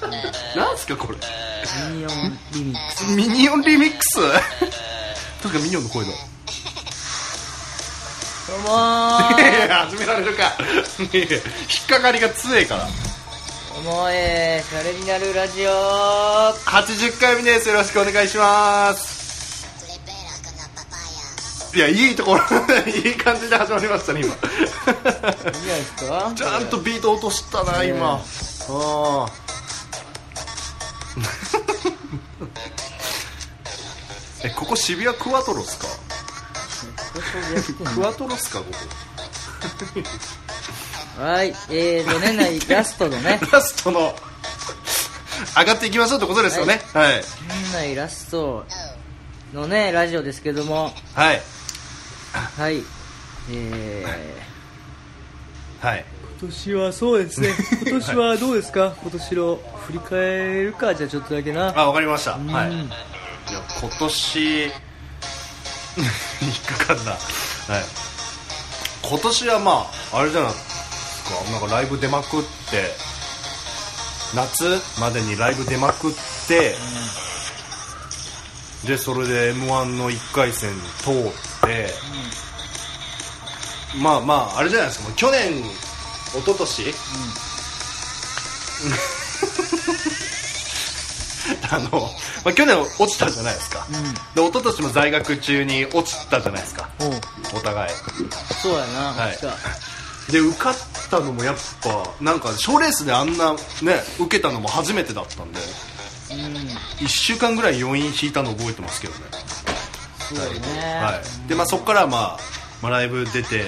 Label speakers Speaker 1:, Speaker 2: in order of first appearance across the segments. Speaker 1: ですかこれ
Speaker 2: ミニオンリミックス
Speaker 1: ミニオンリミック スとにかくミニオンの声だ
Speaker 2: どうもー
Speaker 1: 始められるか ねえ引っかかりが強いから
Speaker 2: どうもえー、シャレになるラジオ
Speaker 1: 80回目ですよろしくお願いしますいやいいところ いい感じで始まりましたね今
Speaker 2: いいじゃないですか
Speaker 1: ちゃんとビート落としたな
Speaker 2: ええ
Speaker 1: 今、ああ えここ渋谷クワトロっすかクワトロっすかここ
Speaker 2: はいえーと年内ラストのね
Speaker 1: ラストの上がっていきましょうってことですよねはいはい、
Speaker 2: 年内ラストのねラジオですけども
Speaker 1: はい
Speaker 2: はいえー今年はそうですね今年はどうですか今年の振り返るかじゃあちょっとだけな
Speaker 1: あわかりました、
Speaker 2: うん
Speaker 1: はいいや今年 引っかかんな、はい、今年はまああれじゃないですかなんかライブ出まくって夏までにライブ出まくって、でそれで m 1の1回戦通って、まあまああれじゃないですかもう去年一昨年、 あの、まあ、去年落ちたじゃないですか、
Speaker 2: ん
Speaker 1: で一昨年も在学中に落ちたじゃないですか
Speaker 2: おう
Speaker 1: お互い
Speaker 2: そうやな、
Speaker 1: はい
Speaker 2: 確か
Speaker 1: で受かったのもやっぱなんか賞レースであんなね受けたのも初めてだったんで
Speaker 2: うん
Speaker 1: 1週間ぐらい余韻引いたの覚えてますけどね、
Speaker 2: そうだね、
Speaker 1: はいでまあ、そこから、まあ、まあライブ出て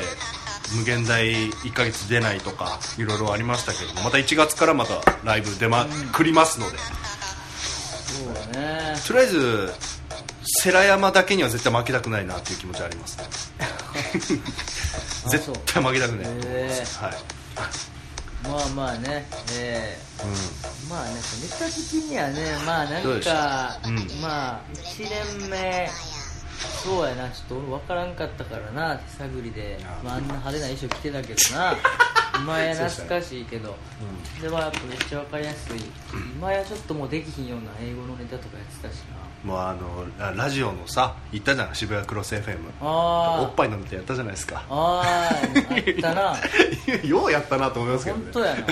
Speaker 1: 無限大1ヶ月出ないとかいろいろありましたけどもまた1月からまたライブ出まくりますので、
Speaker 2: そうだね
Speaker 1: とりあえず世良山だけには絶対負けたくないなっていう気持ちはありますね絶対負けたくないと思います、はい
Speaker 2: まあまあねえ
Speaker 1: う
Speaker 2: ー、まあねネタ的にはねまあなん
Speaker 1: どうでし
Speaker 2: か、
Speaker 1: たうん
Speaker 2: まあ1年目そうやなちょっと俺分からんかったからな手探りで
Speaker 1: あ
Speaker 2: まあ、あんな派手な衣装着てたけど
Speaker 1: 、
Speaker 2: な今や懐かしいけど、でまあやっぱめっちゃ分かりやすい今やちょっともうできひんような英語のネタとかやってたしなん
Speaker 1: もうあのララジオのさ行ったじゃん渋谷クロス FM お
Speaker 2: あ
Speaker 1: っぱい飲みてやったじゃないですか
Speaker 2: ああーあっ たな
Speaker 1: ようやったなと思いますけどね
Speaker 2: 本当 やな本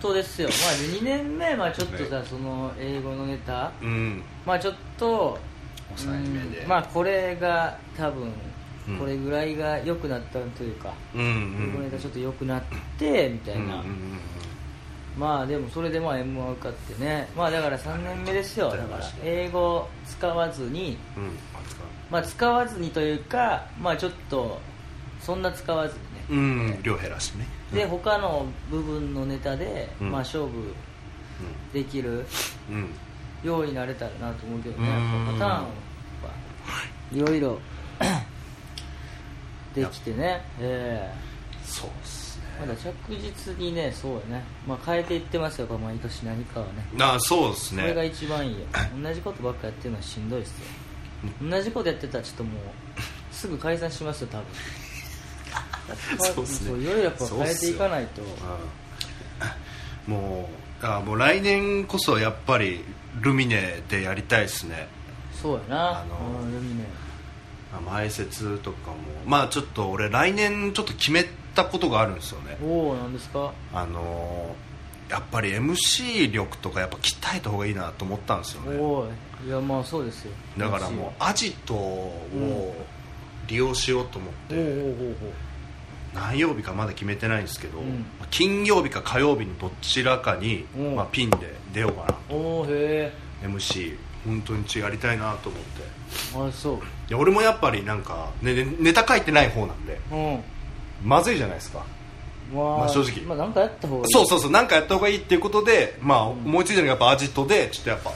Speaker 2: 当ですよ、まあ、2年目まあちょっとさ、
Speaker 1: ね
Speaker 2: その英語のネタ
Speaker 1: うん
Speaker 2: まあちょっと
Speaker 1: 抑えめで
Speaker 2: うんまあこれが多分
Speaker 1: うん
Speaker 2: これぐらいが良くなったというか、
Speaker 1: うんうん
Speaker 2: 英語のネタちょっと良くなってみたい
Speaker 1: うんうん
Speaker 2: な、
Speaker 1: うん
Speaker 2: まあでもそれでまあ m 1受かってねまあだから3年目ですよだから英語使わずに
Speaker 1: うんうん
Speaker 2: まあ使わずにというかまあちょっとそんな使わずにね、
Speaker 1: うん量減らしてね
Speaker 2: で他の部分のネタで、
Speaker 1: うん
Speaker 2: まあ、勝負できる
Speaker 1: うんうん
Speaker 2: ようになれたらなと思うけどね
Speaker 1: うーん
Speaker 2: パターンはいろいろできてね、え
Speaker 1: そうっすね
Speaker 2: えまだ着実にねそうやね、まあ、変えていってますよ毎年何かはね
Speaker 1: あそうっす
Speaker 2: それが
Speaker 1: ね
Speaker 2: 一番いいよ同じことばっかやってるのはしんどいっすよ同じことやってたらちょっともうすぐ解散しますよ多分
Speaker 1: そうっすね
Speaker 2: いろいろやっぱ変えていかないと
Speaker 1: うんもうあもう来年こそやっぱりルミネでやりたいですね
Speaker 2: そうやな、
Speaker 1: あのー
Speaker 2: うんルミネ
Speaker 1: あ前説とかもまあちょっと俺来年ちょっと決めたことがあるんですよね
Speaker 2: おおなんですか
Speaker 1: あのーやっぱり MC 力とかやっぱ鍛えた方がいいなと思ったんですよ
Speaker 2: お
Speaker 1: ね
Speaker 2: おいやまあそうですよ
Speaker 1: だからもうアジトを利用しようと思っ
Speaker 2: おうおうお
Speaker 1: て
Speaker 2: うおう
Speaker 1: 何曜日かまだ決めてないんですけど、
Speaker 2: うん
Speaker 1: 金曜日か火曜日のどちらかに、
Speaker 2: うん
Speaker 1: まあ、ピンで出ようか
Speaker 2: おおへえ
Speaker 1: な MC 本当にやりたいなと思って
Speaker 2: あそう
Speaker 1: いや俺もやっぱりなんか、ねねネタ書いてない方なんで
Speaker 2: うん
Speaker 1: まずいじゃないですか
Speaker 2: まあ、
Speaker 1: まあ正直
Speaker 2: まあなんかやった方がいい
Speaker 1: そうそうそうなんかやった方がいいっていうことで、まあ、思いついたのがやっぱアジトでちょっとやっぱ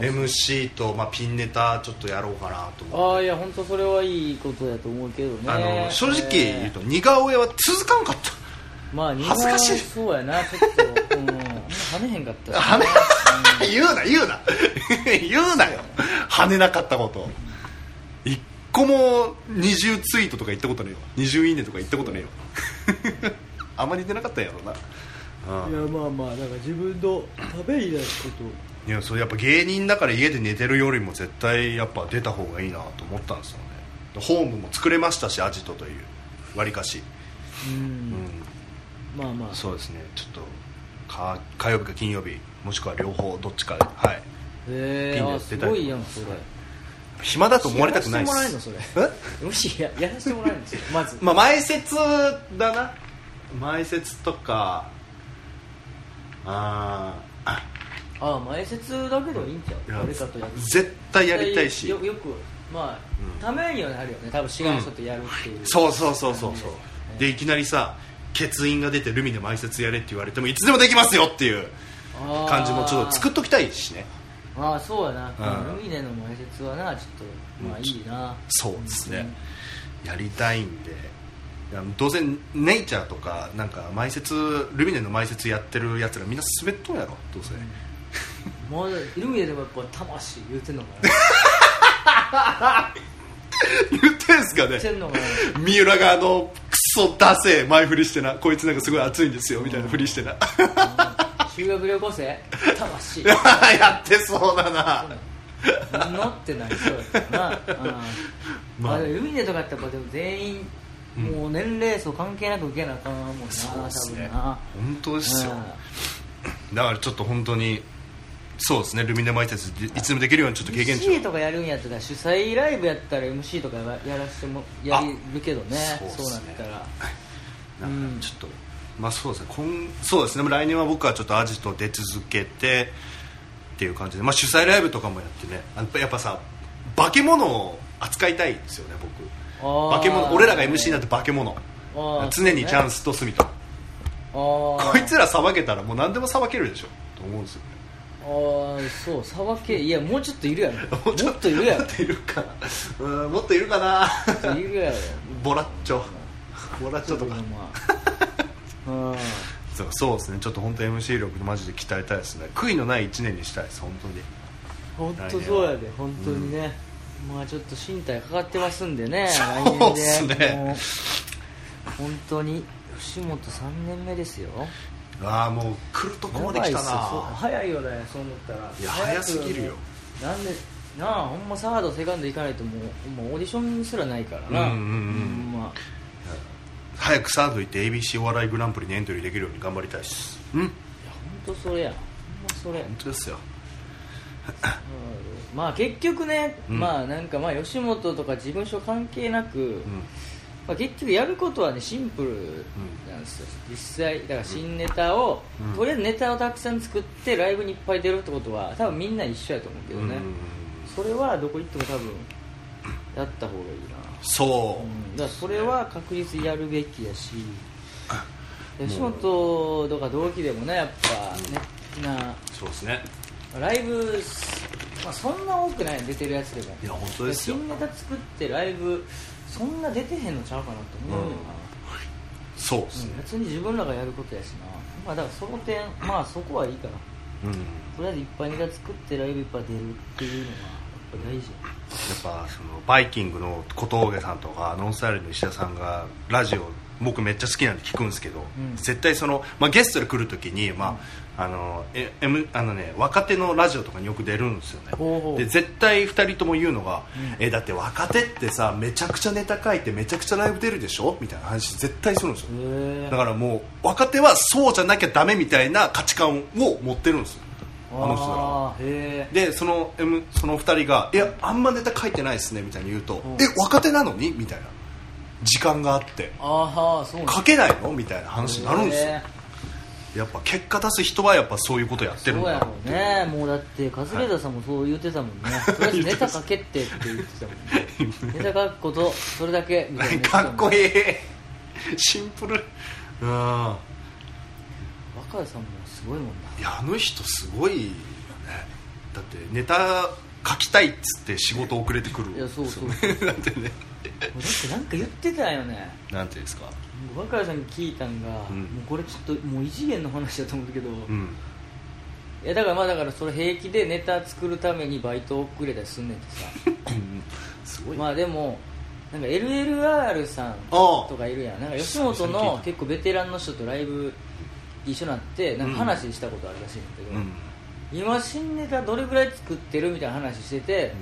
Speaker 1: MC と、まあ、ピンネタちょっとやろうかなと思って
Speaker 2: ああいや本当それはいいことやと思うけどね
Speaker 1: あの正直
Speaker 2: え
Speaker 1: 言う
Speaker 2: え
Speaker 1: と似顔絵は続かんかっ
Speaker 2: まあ苦
Speaker 1: 恥ずかしい
Speaker 2: そうやなちょっとうんあんま跳 ねへんかった
Speaker 1: た
Speaker 2: し
Speaker 1: 跳ね 言うな言うな言うなよ跳ねなかったこと一個も20ツイートとか言ったことねえよ20いいねとか言ったことねえよあんまり似てなかったんやろうなうん
Speaker 3: いやまあまあなんか自分のためになることを
Speaker 1: いやそれやっぱ芸人だから家で寝てるよりも絶対やっぱ出た方がいいなと思ったんですよねホームも作れましたしアジトというわりかし、
Speaker 2: う
Speaker 1: うんん、
Speaker 2: まあまあ
Speaker 1: そうですねちょっとか火曜日か金曜日もしくは両方どっちかではいピ
Speaker 2: へえ
Speaker 1: ンで
Speaker 2: あ
Speaker 1: 出た
Speaker 2: す
Speaker 1: りとか
Speaker 2: ごいやんそれ
Speaker 1: 暇だと思われたくない
Speaker 3: や
Speaker 1: っ
Speaker 3: らせてもらえんの
Speaker 1: す
Speaker 3: それ
Speaker 1: え
Speaker 2: もしややらせてもらえるんですよまず
Speaker 1: まあ前説だな前説とかあーあ
Speaker 2: ああ前説だけでもいいんちゃう誰かとやる
Speaker 1: 絶対やりたいし
Speaker 2: よよくまあ、
Speaker 1: うん
Speaker 2: ためにはなるよね多分志願者とやるっていう、
Speaker 1: そうそうそうそうそううんでいきなりさ欠員が出てルミで埋設やれって言われてもいつでもできますよっていう
Speaker 2: あー
Speaker 1: 感じもちょっと作っときたいしね
Speaker 2: ああそうやな、
Speaker 1: うん
Speaker 2: ルミネの前説はなちょっとまあいいな、
Speaker 1: そうですねやりたいんでいやどうせネイチャーとかなんか埋設ルミネの埋設やってるやつらみんな滑っとんやろどうせ
Speaker 2: もうルミネでもやっぱ魂言うてんのかな
Speaker 1: 言ってんすか
Speaker 2: 言
Speaker 1: ね
Speaker 2: うてんのか な
Speaker 1: 三浦があのクソダセえ前振りしてなこいつなんかすごい熱いんですよみたいな振りしてな
Speaker 2: 修学旅行生魂
Speaker 1: やってそうだな
Speaker 2: のってなりそうやったな、うん
Speaker 1: ま
Speaker 2: ま
Speaker 1: あ
Speaker 2: あ、ルミネとかってやっぱでも全員、もう年齢層関係なく受けなあかんもんな
Speaker 1: そうですね
Speaker 2: 多分な
Speaker 1: 本当ですよ、
Speaker 2: うん
Speaker 1: だからちょっと本当にそうですねルミネマイテスいつでもできるようにちょっと経験値を
Speaker 2: MC とかやるんやったら主催ライブやったら MC とかややらしてもやるけどね
Speaker 1: あそうっす
Speaker 2: そ
Speaker 1: ね
Speaker 2: うなったら
Speaker 1: なんかちょっと、まあそうですね今そうですね来年は僕はちょっとアジト出続けてっていう感じで、まあ、主催ライブとかもやってねやっぱやっぱさ化け物を扱いたいんですよね僕
Speaker 2: あー
Speaker 1: 化け物俺らが MC になって化け物
Speaker 2: ー
Speaker 1: 常にチャンスと住みと、
Speaker 2: こ
Speaker 1: こいつらさばけたらもう何でもさばけるでしょと思うんですよね
Speaker 2: あーそうさばけいやもうちょっといるやろ
Speaker 1: もうちょ
Speaker 2: もっといるやろ
Speaker 1: もっといるかうんもっといるか な
Speaker 2: もっといるやろ
Speaker 1: ボラッチョボラッチョとか
Speaker 2: まあうん
Speaker 1: そうそうですねちょっと本当 MC 力マジで鍛えたいですね悔いのない1年にしたいです本当に
Speaker 2: 本当そうやで本当にね、まあちょっと身体かかってますんでね
Speaker 1: そうっすね
Speaker 2: 来年でもう本当に吉本3年目ですよ
Speaker 1: ああもう来るとこまで来た
Speaker 2: やばいっすよそう
Speaker 1: な
Speaker 2: 早いよねそう思ったら
Speaker 1: いや
Speaker 2: く
Speaker 1: 早すぎるよ
Speaker 2: なんでなあほんまサードセカンド行かないともうほんまオーディションすらないから
Speaker 1: う
Speaker 2: な
Speaker 1: んうんうん
Speaker 2: ほんま
Speaker 1: 早くサード行って ABC お笑いグランプリにエントリーできるように頑張りたいですうん
Speaker 2: いや本当それやほんまそれ
Speaker 1: 本当ですよ
Speaker 2: うんまあ結局ね、
Speaker 1: うん
Speaker 2: まあなんかまあ吉本とか事務所関係なく、まあ、結局やることはねシンプルなんですよ、実際だから新ネタを、
Speaker 1: うん
Speaker 2: とりあえずネタをたくさん作ってライブにいっぱい出るってことは多分みんな一緒やと思うけ
Speaker 1: うん
Speaker 2: どね、
Speaker 1: うん
Speaker 2: それはどこ行っても多分やった方がいいな、、
Speaker 1: そううん
Speaker 2: だからそれは確実にやるべきやし吉本とか同期でもねやっぱね
Speaker 1: そうですね
Speaker 2: なライブ、まあ、そんな多くない出てるやつでも
Speaker 1: いや本当ですよ
Speaker 2: 新ネタ作ってライブそんな出てへんのちゃうかなって思うよな、
Speaker 1: うんそうです
Speaker 2: うん
Speaker 1: ね
Speaker 2: 別に自分らがやることやしなまあだからその点まあそこはいいかな
Speaker 1: うんやっ
Speaker 2: とりあえずいっぱいネタ作ってライブいっぱい出るっていうのがやっぱ大事
Speaker 1: ぱそのバイキングの小峠さんとかノンスタイルの石田さんがラジオ僕めっちゃ好きなんで聞くんですけど、
Speaker 2: うん
Speaker 1: 絶対その、まあ、ゲストで来る時に、まああのえ M あのね、若手のラジオとかによく出るんですよね
Speaker 2: ほうほう
Speaker 1: で絶対2人とも言うのが、えだって若手ってさめちゃくちゃネタ書いてめちゃくちゃライブ出るでしょみたいな話絶対するんですよ
Speaker 2: へ
Speaker 1: だからもう若手はそうじゃなきゃダメみたいな価値観を持ってるんですよあの人らは
Speaker 2: あーへえ
Speaker 1: でその M その2人が「いやあんまネタ書いてないですね」みたいに言うと
Speaker 2: う
Speaker 1: 「
Speaker 2: ん
Speaker 1: え若手なのに?」みたいな時間があって
Speaker 2: ああそうなん
Speaker 1: 書けないのみたいな話になるんですよ
Speaker 2: へ
Speaker 1: やっぱ結果出す人はやっぱそういうことやって
Speaker 2: え
Speaker 1: るん
Speaker 2: そうや
Speaker 1: だ
Speaker 2: ろうねもうだってカズレーザーさんもそう言ってたもんね、とりあえずネタ書けってって言ってたもん ねネタ書くことそれだけみたいな言てた
Speaker 1: か
Speaker 2: もん
Speaker 1: っ
Speaker 2: ね
Speaker 1: こいいシンプルうんい
Speaker 2: 若井さんもすごいもん な
Speaker 1: やあの人すごいよねだってネタ書きたいっつって仕事遅れてくる
Speaker 2: いやそうそう
Speaker 1: で
Speaker 2: だっ
Speaker 1: すよねなんてね
Speaker 2: てなんか言ってたよね
Speaker 1: なんていうんですか
Speaker 2: 若井さんに聞いたんが、
Speaker 1: うん
Speaker 2: もうこれちょっともう異次元の話だと思うけど、
Speaker 1: う
Speaker 2: い
Speaker 1: ん
Speaker 2: やだからまあだからそれ平気でネタ作るためにバイト遅れたりすんねんてさ
Speaker 1: すごいね
Speaker 2: まあでもなんか LLR さん
Speaker 1: ああ
Speaker 2: とかいるやんなんか吉本
Speaker 1: 久々に聞い
Speaker 2: の
Speaker 1: た
Speaker 2: 結構ベテランの人とライブ一緒になってなんか話したことあるらしいんだけど、
Speaker 1: うん
Speaker 2: 今新ネタどれぐらい作ってるみたいな話してて、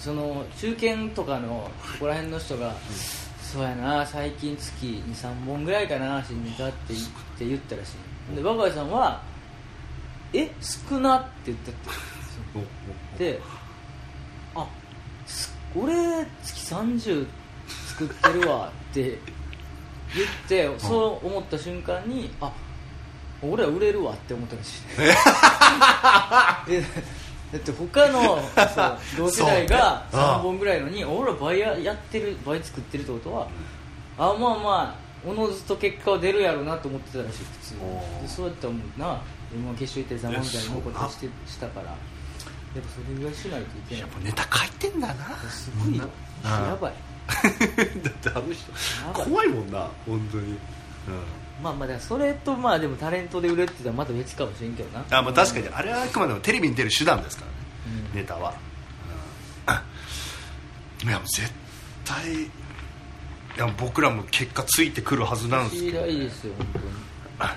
Speaker 2: その中堅とかのここら辺の人が、そうやな最近月23本ぐらいかな新ネタって言って言ったらしいで若井さんは「え少な」って言ったって
Speaker 1: おおお
Speaker 2: であす俺月30作ってるわって言ってそう思った瞬間にあ俺は売れるわって思ったらしい でだって他のそう同世代が
Speaker 1: そうね
Speaker 2: 3本ぐらいのに俺は倍ややってる倍作ってるってことはあまあまあおのずと結果は出るやろうなと思ってたらしい普通に
Speaker 1: おー
Speaker 2: でそうやったらもうな m 1決勝行ってザ・漫才のことしてしたからやっぱそれぐらいしないといけない
Speaker 1: やっぱネタ書いてんだな
Speaker 2: すごいよ
Speaker 1: ああ
Speaker 2: やばい
Speaker 1: だってあの人
Speaker 2: ばい
Speaker 1: 怖いもんな本当に、うん、
Speaker 2: まあまあだからそれとまあでもタレントで売れって言ったらまた別かもしれんけどな
Speaker 1: あまあ確かにあれはあくまでもテレビに出る手段ですからね、
Speaker 2: うん
Speaker 1: ネタは、うん、いやもう絶対いや僕らも結果ついてくるはずなんですけど
Speaker 2: 嫌いですよ本当に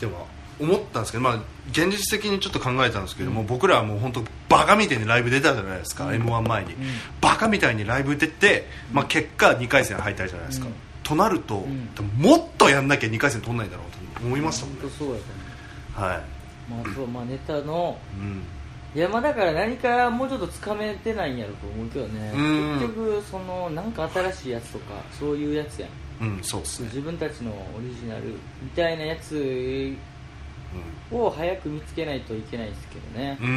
Speaker 1: でも思ったんですけど、まあ、現実的にちょっと考えたんですけども、僕らはもう本当バカみたいにライブ出たじゃないですか、m 1前に、バカみたいにライブ出て、まあ、結果2回戦敗退じゃないですか、
Speaker 2: うん
Speaker 1: となると、
Speaker 2: ん
Speaker 1: 多分もっとやんなきゃ2回戦取んないだろうと思いましたもん
Speaker 2: 本
Speaker 1: ね、
Speaker 2: 当そうやと
Speaker 1: はい、
Speaker 2: 思う、まあ、あとはまあネタの
Speaker 1: うん、
Speaker 2: いやまあだから何かもうちょっとつかめてないんやろうと思うけどね
Speaker 1: うん
Speaker 2: 結局そのなんか新しいやつとかそういうやつやん
Speaker 1: うん、そうですね、
Speaker 2: 自分たちのオリジナルみたいなやつを早く見つけないといけないですけどね
Speaker 1: う、ん、う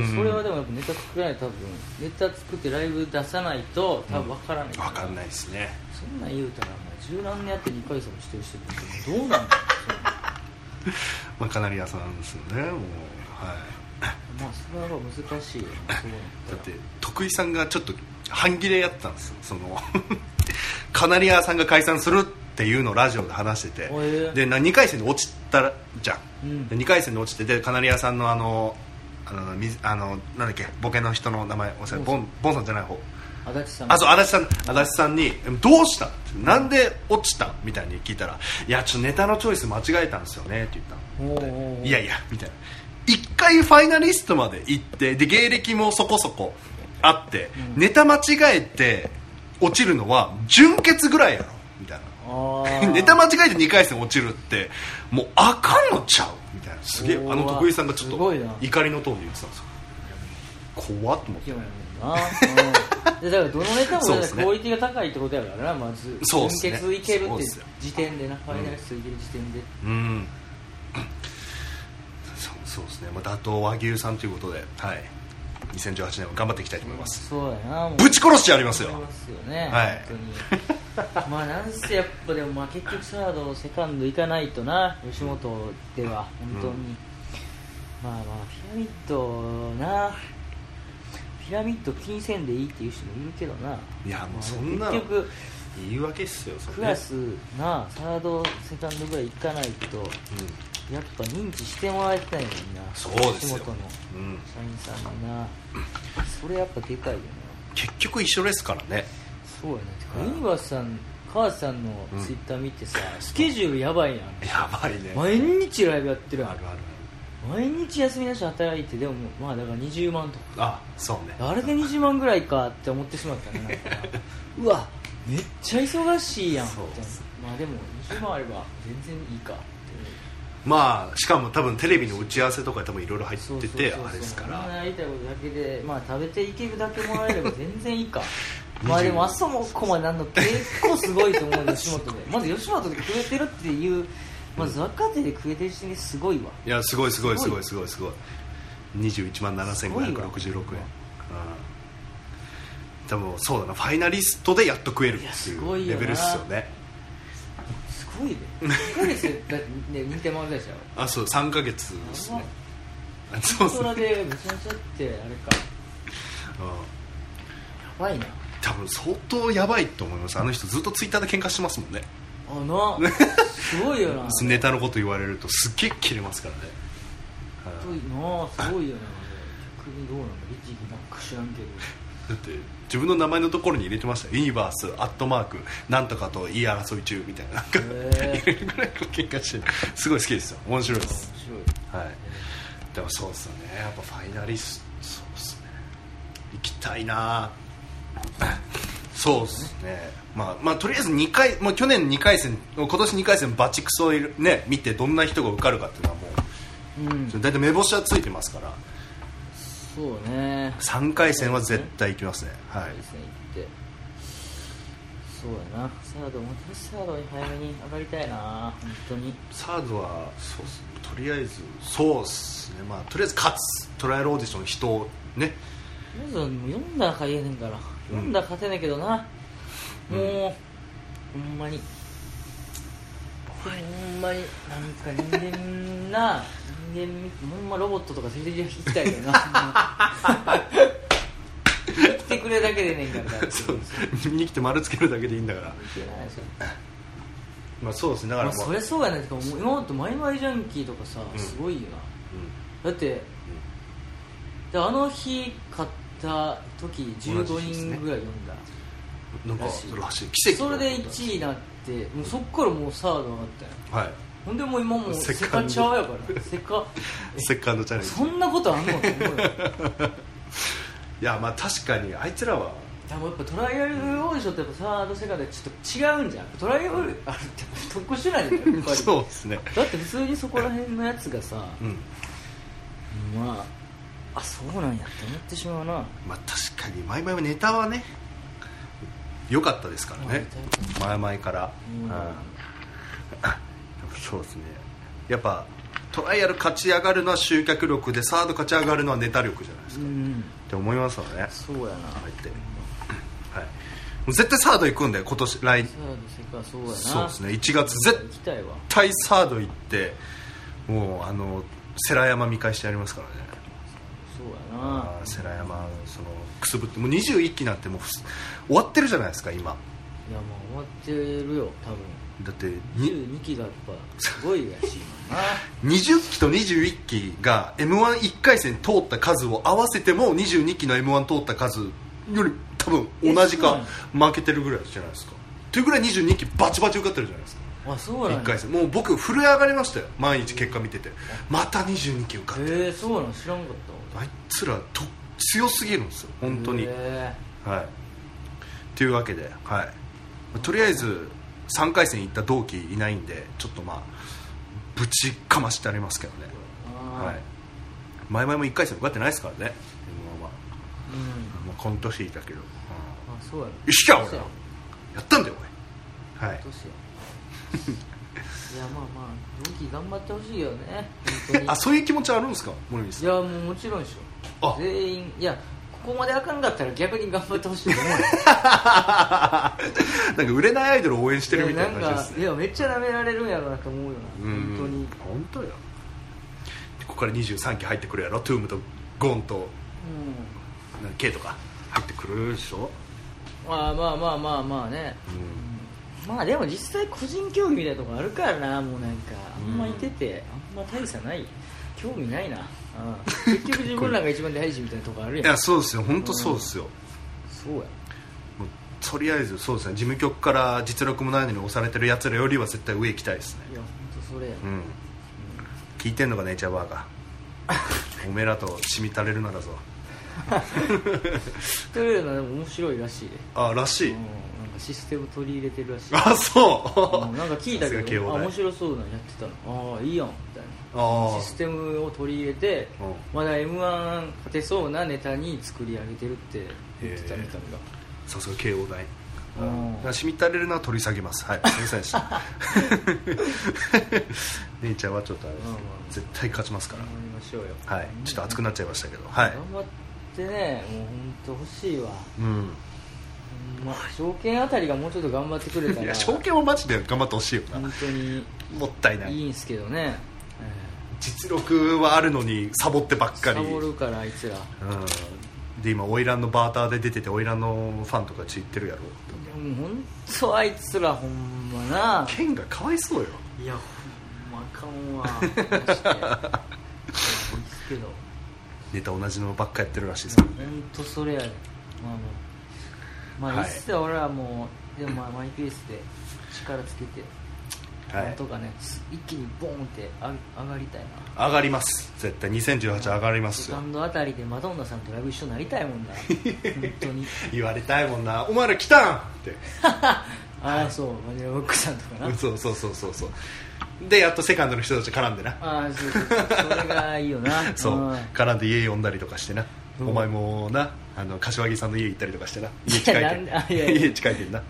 Speaker 1: ーん
Speaker 2: それはでもやっぱネタ作らないと多分ネタ作ってライブ出さないと多分分からない、
Speaker 1: 分かんないですね、
Speaker 2: そんなん言うたらもう十何年やって2回戦もしてる人ってどうなんだ
Speaker 1: まあ、カナリアさんですよね、もう、はい。
Speaker 2: まあそれは難しいよね
Speaker 1: だって徳井さんがちょっと半切れやったんですよその カナリアさんが解散するっていうのをラジオで話してて、
Speaker 2: おえ
Speaker 1: でな2回戦で落ちたらじゃん、
Speaker 2: うん
Speaker 1: で2回戦で落ちてでカナリアさんのあのあのみあのなんだっけボケの人の名前おせボンボンさんじゃない方
Speaker 2: 足立さん
Speaker 1: あそう足立さん足立さんに「どうした?」って「なんで落ちた?」みたいに聞いたら「いやちょっとネタのチョイス間違えたんですよね」って言ったの
Speaker 2: おうおうおう
Speaker 1: いやいやみたいな一回ファイナリストまで行ってで芸歴もそこそこあって、ネタ間違えて落ちるのは準決ぐらいやろみたい
Speaker 2: あ
Speaker 1: な
Speaker 2: ー
Speaker 1: ネタ間違えて2回戦落ちるってもうあかんのちゃうみたいなすげえ
Speaker 2: おー
Speaker 1: あの徳井さんがちょっと
Speaker 2: すごいな
Speaker 1: 怒りのトーンで言ってたんですよ怖っと思っ
Speaker 2: 器
Speaker 1: て
Speaker 2: 用やもんな、うんでだからどのネタも
Speaker 1: そうで
Speaker 2: だから
Speaker 1: すね
Speaker 2: クオリティが高いってことやからなまず
Speaker 1: そうっすね
Speaker 2: 決いけるっ
Speaker 1: そう
Speaker 2: て
Speaker 1: っすよ
Speaker 2: 時点でなファイナリストいける時点で、
Speaker 1: うん そうそうですね、まあ、打倒和牛さんということで、はい、2018年も頑張っていきたいと思います
Speaker 2: そうやなもう
Speaker 1: ぶち殺してやりますよ
Speaker 2: 思いますよね、
Speaker 1: はい
Speaker 2: 本当にまあなんせやっぱでも、まあ、結局サードセカンド行かないとな吉本では本当に、まあまあピラミッドなピラミッド金銭でいいっていう人もいるけどない
Speaker 1: やもうそんなの
Speaker 2: 結局
Speaker 1: 言い訳っすよそれ
Speaker 2: クラスなサードセカンドぐらい行かないとやっぱ認知してもらいたいのにな
Speaker 1: そうですよ
Speaker 2: 吉本の
Speaker 1: うん、うん、
Speaker 2: 社員さんになそれやっぱでかいよな
Speaker 1: 結局一緒ですからね
Speaker 2: そうやねてか
Speaker 1: うん
Speaker 2: ユニバースさん母さんのツイッター見てさ、スケジュールやばいやん
Speaker 1: やばいね
Speaker 2: 毎日ライブやってるや
Speaker 1: あるある
Speaker 2: ん毎日休みなしで働いてでもまあだから20万と
Speaker 1: あそうね
Speaker 2: かあれで20万ぐらいかって思ってしまったねなんか うわめっちゃ忙しいやんみたいな
Speaker 1: そうそ
Speaker 2: まあでも20万あれば全然いいかって
Speaker 1: まあしかも多分テレビの打ち合わせとか多分いろいろ入っ
Speaker 2: そう
Speaker 1: て
Speaker 2: そう
Speaker 1: て
Speaker 2: そう
Speaker 1: あれですか
Speaker 2: みんな
Speaker 1: ら
Speaker 2: やりたいことだけでまあ食べていけるだけもらえれば全然いいかまあでもあそこまでなんの結構すごいと思 うよ吉本でまず吉本で食えてるっていうまず若手で食えてる時点ですごいわ
Speaker 1: いやすごいすごい
Speaker 2: す
Speaker 1: す
Speaker 2: ご
Speaker 1: ご
Speaker 2: い
Speaker 1: いすごいすごい21万7566円
Speaker 2: すごいわ
Speaker 1: うん多分そうだなファイナリストでやっと食えるっ
Speaker 2: や
Speaker 1: て
Speaker 2: す
Speaker 1: い
Speaker 2: ごいう
Speaker 1: レ
Speaker 2: よな
Speaker 1: ベルっすよね
Speaker 2: すごいね1ヶ月でだってね認定もあるでしょ
Speaker 1: あそう3か月ですねあそうです
Speaker 2: そ
Speaker 1: ね、
Speaker 2: れでめちゃめちゃってあれか
Speaker 1: うん
Speaker 2: やばいな
Speaker 1: 多分相当やばいと思いますあの人ずっとツイッターで喧嘩してますもんね
Speaker 2: あなすごいよな
Speaker 1: ネタのこと言われるとすっげえ切れますからね
Speaker 2: すごいなすごいよな逆にどうなんだ律儀なんか知らんけど
Speaker 1: だって自分の名前のところに入れてましたよユニバースアットマークなんとかと言い争い中みたいななんか
Speaker 2: へ
Speaker 1: 入れるぐら いの喧嘩してすごい好きですよ面白いです
Speaker 2: 面白い
Speaker 1: はいでもそうですよねやっぱファイナリストそうですね行きたいなそうですねまあ、まあ、とりあえず2回、まあ、去年2回戦今年2回戦バチクソいるね見てどんな人が受かるかっていうのはも
Speaker 2: うん
Speaker 1: う大体目星はついてますから
Speaker 2: そうね
Speaker 1: 3回戦は絶対行きますねは
Speaker 2: はいいですね行ってそうやなサードも私サードに早めに上がりたいな本当に
Speaker 1: サードはそうっすとりあえずそうですねまあとりあえず勝つトライアルオーディション人をね
Speaker 2: まず読んだら勝てへんから読んだら勝てねえけどな、
Speaker 1: うん
Speaker 2: もうほんまにほんまになんか人間な人間みほんまロボットとか全然行きたいけどな 生きてくれだけでねえからだって
Speaker 1: そう見に来て丸つけるだけでいいんだから
Speaker 2: いけないですよ
Speaker 1: まあそうですねだか
Speaker 2: ま
Speaker 1: ら
Speaker 2: あ、
Speaker 1: もう
Speaker 2: そりゃそうやねんてかもう今までマイマイジャンキーとかさ、
Speaker 1: うん
Speaker 2: すごいよな
Speaker 1: うん
Speaker 2: だってであの日買った時15
Speaker 1: 同じ日ですね
Speaker 2: 人ぐらい読んだ、
Speaker 1: なんから
Speaker 2: しい
Speaker 1: らしい奇跡
Speaker 2: それで1位になってもうそっからもうサード上がったよ
Speaker 1: はい
Speaker 2: ほんでもう 今もう
Speaker 1: セ
Speaker 2: セ
Speaker 1: カ
Speaker 2: カ
Speaker 1: ンド
Speaker 2: チャーやから セカ
Speaker 1: セカンドチャレンジ
Speaker 2: そんなことあんのって思うよ
Speaker 1: いやまあ確かにあいつらは
Speaker 2: でもやっぱトライアルオーディションってやっぱサードセカンドでちょっと違うんじゃんトライアルあるって特殊なんじゃんやっぱ り
Speaker 1: そうですね
Speaker 2: だって普通にそこら辺のやつがさ
Speaker 1: うん
Speaker 2: まああそうなんやって思ってしまうな
Speaker 1: まあ確かに前々はネタはね良かったですからね前々から
Speaker 2: うん
Speaker 1: うんあそうですねやっぱトライアル勝ち上がるのは集客力でサード勝ち上がるのはネタ力じゃないです
Speaker 2: う
Speaker 1: か
Speaker 2: ん
Speaker 1: って思いますよねはい
Speaker 2: そうやな
Speaker 1: 入ってもう絶対サード行くんで今年来
Speaker 2: サードセカそうやな
Speaker 1: そうですね1月絶
Speaker 2: 行きたいわ
Speaker 1: 絶対サード行ってもうあの世良山見返してやりますからね
Speaker 2: そうや
Speaker 1: あー
Speaker 2: な
Speaker 1: 世良山そのくすぶってもう21期なんてもうふす終わってるじゃないですか今
Speaker 2: いやもう終わってるよ多分
Speaker 1: だってに
Speaker 2: 22期がやっぱすごいらしいもん な
Speaker 1: 20期と21期が m 1 1回戦通った数を合わせても22期の m 1通った数より多分同じか
Speaker 2: え
Speaker 1: 負けてるぐらいじゃないですかというぐらい22期バチバチ受かってるじゃないですか
Speaker 2: あそうな
Speaker 1: 1
Speaker 2: んや
Speaker 1: 回戦もう僕震え上がりましたよ毎日結果見ててまた22期受かってる
Speaker 2: へえそうなん知らんかったわ
Speaker 1: あいつらと強すぎるんですよ本当に、
Speaker 2: へえ
Speaker 1: はいというわけで、はい、とりあえず3回戦行った同期いないんでちょっとまあぶちかましてありますけどね、
Speaker 2: あー
Speaker 1: はい、前々も1回戦受かってないですからね M1 は
Speaker 2: うん
Speaker 1: まあ今年だけど、うん、よ
Speaker 2: あそうやな
Speaker 1: っしゃ俺
Speaker 2: そ
Speaker 1: ら
Speaker 2: うや
Speaker 1: やったんだよ俺はい
Speaker 2: ど うしよういやまあまあ同期頑張ってほしいよね本当に
Speaker 1: あそういう気持ちあるんですか森光
Speaker 2: い
Speaker 1: さん
Speaker 2: やもうもちろんでし
Speaker 1: あ
Speaker 2: ょ全員いやここまであかんかったら逆に頑張ってほしいよね
Speaker 1: なんか売れないアイドルを応援してるみ
Speaker 2: い
Speaker 1: た
Speaker 2: や
Speaker 1: い
Speaker 2: な
Speaker 1: なん感じで
Speaker 2: か
Speaker 1: すね
Speaker 2: いやめっちゃ舐められるんやろうなと思うよな
Speaker 1: うん
Speaker 2: 本当に
Speaker 1: 本当よここから23期入ってくるやろトゥームとゴンとなんか K とか入ってくるでしょ、
Speaker 2: うんまあまあまあまあまあね
Speaker 1: うん、
Speaker 2: まあでも実際個人競技みたいなとこあるからなもうなんかあんまいてて、あんま大差ない興味ないな、 うん、結局自分らが一番大事みたいなとこある
Speaker 1: い
Speaker 2: やん
Speaker 1: やそうですよ本当そうですよ、
Speaker 2: そうや
Speaker 1: もうとりあえずそうですね事務局から実力もないのに押されてるやつらよりは絶対上行きたいですね
Speaker 2: いや本当それや
Speaker 1: うん、聞いてんのかネイチャーバー ガーおめえらとしみたれるならぞ
Speaker 2: というのはでも面白いらしいで、
Speaker 1: あらし
Speaker 2: う
Speaker 1: い、
Speaker 2: ん、なんかシステム取り入れてるらしい
Speaker 1: あそう、
Speaker 2: うんなんか聞いた
Speaker 1: さすが
Speaker 2: け
Speaker 1: 慶応
Speaker 2: どあ
Speaker 1: 大
Speaker 2: 面白そうなのやってたのああいいやんみたい
Speaker 1: あ
Speaker 2: なシステムを取り入れて
Speaker 1: うん
Speaker 2: まだ m 1勝てそうなネタに作り上げてるって言ってた
Speaker 1: へえ
Speaker 2: みたいな
Speaker 1: あさすが慶応大
Speaker 2: うん
Speaker 1: うんしみたれるのは取り下げますはいすいませんでした ネイチャーはちょっとあれですけど
Speaker 2: うんうん
Speaker 1: 絶対勝ちますか
Speaker 2: 頑張りましょうよ
Speaker 1: らはいちょっと熱くなっちゃいましたけどはい
Speaker 2: 頑張ってねもう本当欲しいわ、
Speaker 1: うん
Speaker 2: ほんま証券あたりがもうちょっと頑張ってくれたら
Speaker 1: いや証券もマジで頑張ってほしいよな
Speaker 2: 本当に
Speaker 1: もったいないい
Speaker 2: いんすけどね、
Speaker 1: 実力はあるのにサボってばっかり
Speaker 2: サボるからあいつら
Speaker 1: うんで今花魁のバーターで出てて花魁のファンとかち行ってるやろ
Speaker 2: もう本当あいつらほんまな
Speaker 1: 剣がかわいそうよ
Speaker 2: いやほんまあか んわマジでいやいいっすけど
Speaker 1: ネタ同じのばっかやってるらしいですからね
Speaker 2: 本当それやでまあまあま
Speaker 1: は
Speaker 2: あ
Speaker 1: い
Speaker 2: いいっすよ、俺はもうでもまあマイペースで力つけて、
Speaker 1: はい
Speaker 2: なんとかねす一気にボーンってあ上がりたいな
Speaker 1: 上がります絶対2018上がります
Speaker 2: セ
Speaker 1: よ
Speaker 2: カンドあたりでマドンナさんとライブ一緒になりたい もんな本当に
Speaker 1: 言われたいもんなお前ら来たんって
Speaker 2: ああそうマジラブックさんとかな
Speaker 1: そうそうそうそうそうでやっとセカンドの人たち絡んでな
Speaker 2: ああそうそうそうそれがいいよな
Speaker 1: そ
Speaker 2: ん
Speaker 1: う絡んで家呼んだりとかしてな、
Speaker 2: うん
Speaker 1: お前もなあの柏木さんの家行ったりとか してな家近いけん
Speaker 2: いやなんあいやいや
Speaker 1: 家近いけんな、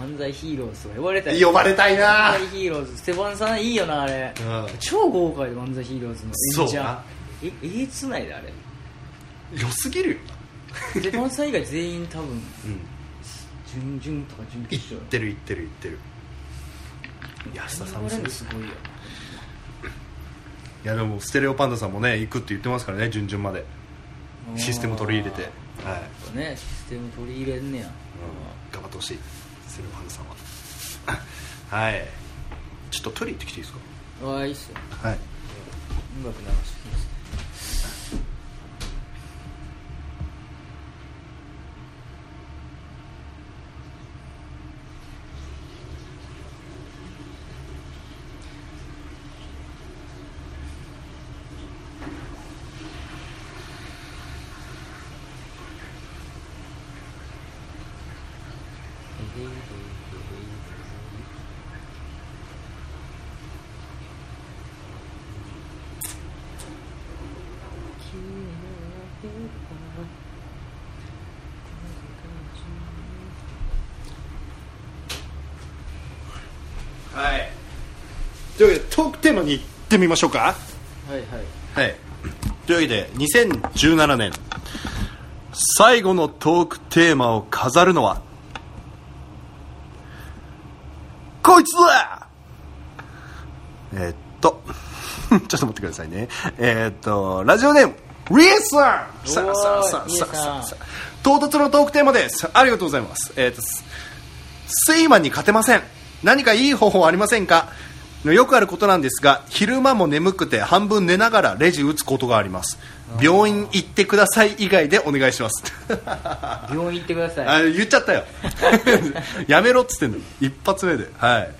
Speaker 2: 漫才ヒーローズとか呼ばれた
Speaker 1: う
Speaker 2: い
Speaker 1: ん、呼ばれたいな
Speaker 2: 漫才ヒーローズステファンさんいいよなあれ、
Speaker 1: うん
Speaker 2: 超豪華で漫才ヒーローズの
Speaker 1: そうな
Speaker 2: じゃえええつないであれ
Speaker 1: 良すぎるよな、
Speaker 2: ステファンさん以外全員多分
Speaker 1: うん、
Speaker 2: 準々とか準
Speaker 1: 行
Speaker 2: 決
Speaker 1: っ
Speaker 2: 勝
Speaker 1: てる行ってる行ってる安田さんも
Speaker 2: 呼ば
Speaker 1: そ
Speaker 2: れ
Speaker 1: うで
Speaker 2: るの
Speaker 1: す
Speaker 2: すごいよ
Speaker 1: いやでもステレオパンダさんもね行くって言ってますからね順々までシステム取り入れて、はい
Speaker 2: あーねシステム取り入れんねや、
Speaker 1: うん、頑張ってほしいステレオパンダさん ははいちょっとトイレ行ってきていいです
Speaker 2: ああいいっすよ
Speaker 1: かはい
Speaker 2: 音楽流していいっす
Speaker 1: はいというわけでトークテーマに行ってみましょうか
Speaker 2: はいはい
Speaker 1: はいというわけで2017年最後のトークテーマを飾るのはこいつだえーっと ちょっと待ってくださいねえーっとラジオネームリエさんさ
Speaker 2: おー
Speaker 1: あさあさあ
Speaker 2: リエ
Speaker 1: さ
Speaker 2: さん
Speaker 1: あさあさあ唐突のトークテーマですありがとうございますえーっと睡魔に勝てません何かいい方法ありませんかよくあることなんですが昼間も眠くて半分寝ながらレジ打つことがあります病院行ってください以外でお願いします
Speaker 2: 病院行ってください
Speaker 1: あ言っちゃったよ やめろっつってんの一発目ではい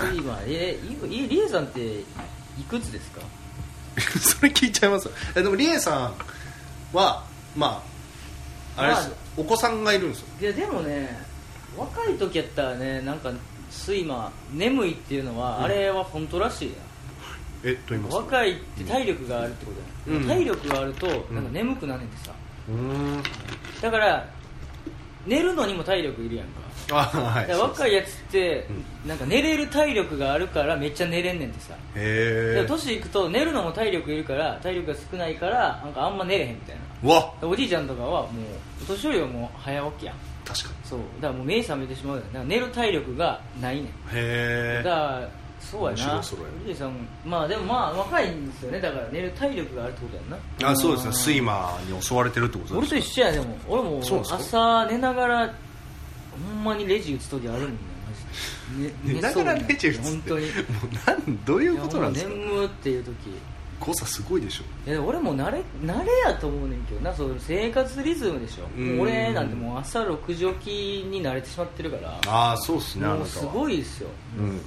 Speaker 2: 睡魔えーいいリエさんっていくつですか
Speaker 1: それ聞いちゃいますえでもリエさんはまああれです、
Speaker 2: まあ
Speaker 1: お子さんがいるんですよ
Speaker 2: いやでもね若い時やったらねなんか睡魔眠いっていうのは、あれは本当らしいや
Speaker 1: えと言い
Speaker 2: ん
Speaker 1: ますと
Speaker 2: 若いって体力があるってことや、
Speaker 1: うん
Speaker 2: ん、体力があるとなんか眠くなるんでさ、
Speaker 1: うーん
Speaker 2: だから寝るのにも体力いるやんか
Speaker 1: あはい
Speaker 2: だから若いやつって、なんか寝れる体力があるからめっちゃ寝れんねんってさ、だか
Speaker 1: へ
Speaker 2: ら
Speaker 1: え
Speaker 2: 年いくと寝るのも体力いるから体力が少ないからなんかあんま寝れへんみたいな
Speaker 1: うわ
Speaker 2: おじいちゃんとかはもうお年寄りはもう早起きやん
Speaker 1: 確かに
Speaker 2: そうだからもう目覚めてしまうよだから寝る体力がないねん
Speaker 1: へ
Speaker 2: だか
Speaker 1: え
Speaker 2: らそうやな
Speaker 1: 面白いそれ
Speaker 2: おじいさんまあでもまあ若いんですよねだから寝る体力があるってことやんな
Speaker 1: あそうですね睡魔に襲われてるってこと
Speaker 2: 俺
Speaker 1: です
Speaker 2: と
Speaker 1: ね
Speaker 2: 一緒やでも俺も
Speaker 1: そうなんです
Speaker 2: 朝寝ながらほんまにレジ打つ時あるもんねマジで
Speaker 1: 寝ながらレジ打つって
Speaker 2: 本当にい
Speaker 1: もうなんどういう
Speaker 2: や
Speaker 1: ことなんですか
Speaker 2: もう眠っていう時
Speaker 1: 誤差すごいでしょ
Speaker 2: いやでも俺も慣れ慣れやと思うねんけどなそう生活リズムでしょ
Speaker 1: うん
Speaker 2: 俺なんてもう朝6時起きに慣れてしまってるから
Speaker 1: ああそうですねあな
Speaker 2: も
Speaker 1: た
Speaker 2: う
Speaker 1: は
Speaker 2: すごいですよ
Speaker 1: うん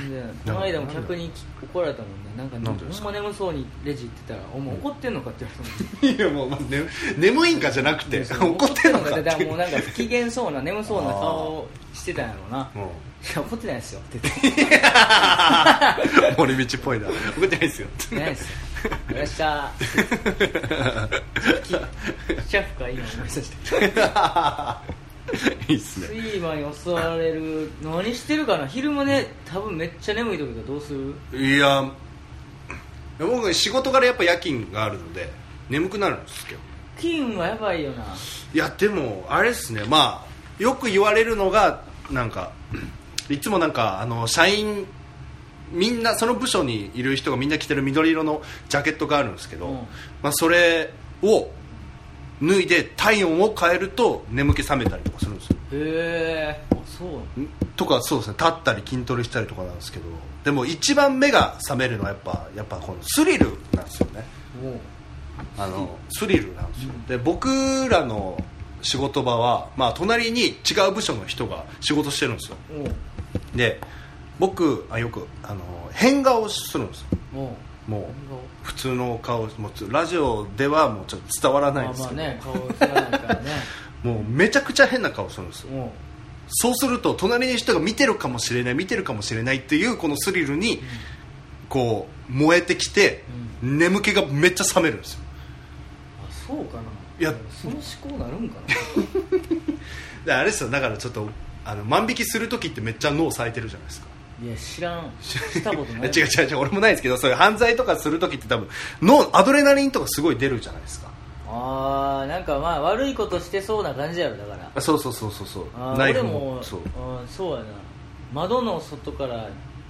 Speaker 2: 全然この間も客に怒られたもんねなんか
Speaker 1: なんでです
Speaker 2: ほんま眠そうにレジ行ってたら「お前怒ってんのか?」って言われたもん
Speaker 1: いやもう、まあね、眠いんかじゃなくて 怒ってんのかっ
Speaker 2: だからも
Speaker 1: て
Speaker 2: うなんか不機嫌そうな眠そうな顔をしてたんやろうな
Speaker 1: うん
Speaker 2: いや怒ってないですよって言って
Speaker 1: 森道っぽ いな怒ってないですよ
Speaker 2: 「ないですよ」「よっしゃー」シャフか今思い出して
Speaker 1: いいっすね
Speaker 2: 睡魔に襲われる何してるかな昼間ね多分めっちゃ眠い時だどうする
Speaker 1: いや僕仕事からやっぱ夜勤があるので眠くなるんですけど
Speaker 2: 金はやばいよない
Speaker 1: やでもあれですねまあよく言われるのがなんかいつもなんかあの社員みんなその部署にいる人がみんな着てる緑色のジャケットがあるんですけど、
Speaker 2: うん
Speaker 1: まあ、それを脱いで体温を変えると眠気覚めたりとかするんですよ
Speaker 2: へえあそうなの
Speaker 1: んとかそうですね立ったり筋トレしたりとかなんですけどでも一番目が覚めるのはやっぱやっぱこのスリルなんですよね
Speaker 2: もう
Speaker 1: あのスリルなんですよで僕らの仕事場は、まあ、隣に違う部署の人が仕事してるんですよ
Speaker 2: おう
Speaker 1: で僕あよくあの変顔するんですよ
Speaker 2: おう
Speaker 1: もう普通の顔もうラジオではもうちょっと伝わらない
Speaker 2: ま
Speaker 1: ん
Speaker 2: あ
Speaker 1: です
Speaker 2: まあ
Speaker 1: けど、
Speaker 2: ね顔知らないからね
Speaker 1: もうめちゃくちゃ変な顔するんですよ
Speaker 2: おう
Speaker 1: そうすると隣の人が見てるかもしれない見てるかもしれないっていうこのスリルにこう燃えてきて、眠気がめっちゃ冷めるんですよ
Speaker 2: あそうかない
Speaker 1: や
Speaker 2: その思考なるんかな
Speaker 1: であれですよだからちょっとあの万引きする時ってめっちゃ脳咲いてるじゃないですか
Speaker 2: いや知らんしたことな
Speaker 1: え
Speaker 2: い
Speaker 1: 違う違う違う俺もないですけどそういう犯罪とかする時って多分脳アドレナリンとかすごい出るじゃないですか
Speaker 2: ああなんかまあ悪いことしてそうな感じやろだから
Speaker 1: あそうそうそうそうそう
Speaker 2: あー
Speaker 1: ナイ
Speaker 2: 俺
Speaker 1: フ
Speaker 2: も
Speaker 1: そう
Speaker 2: あーそうやな窓の外から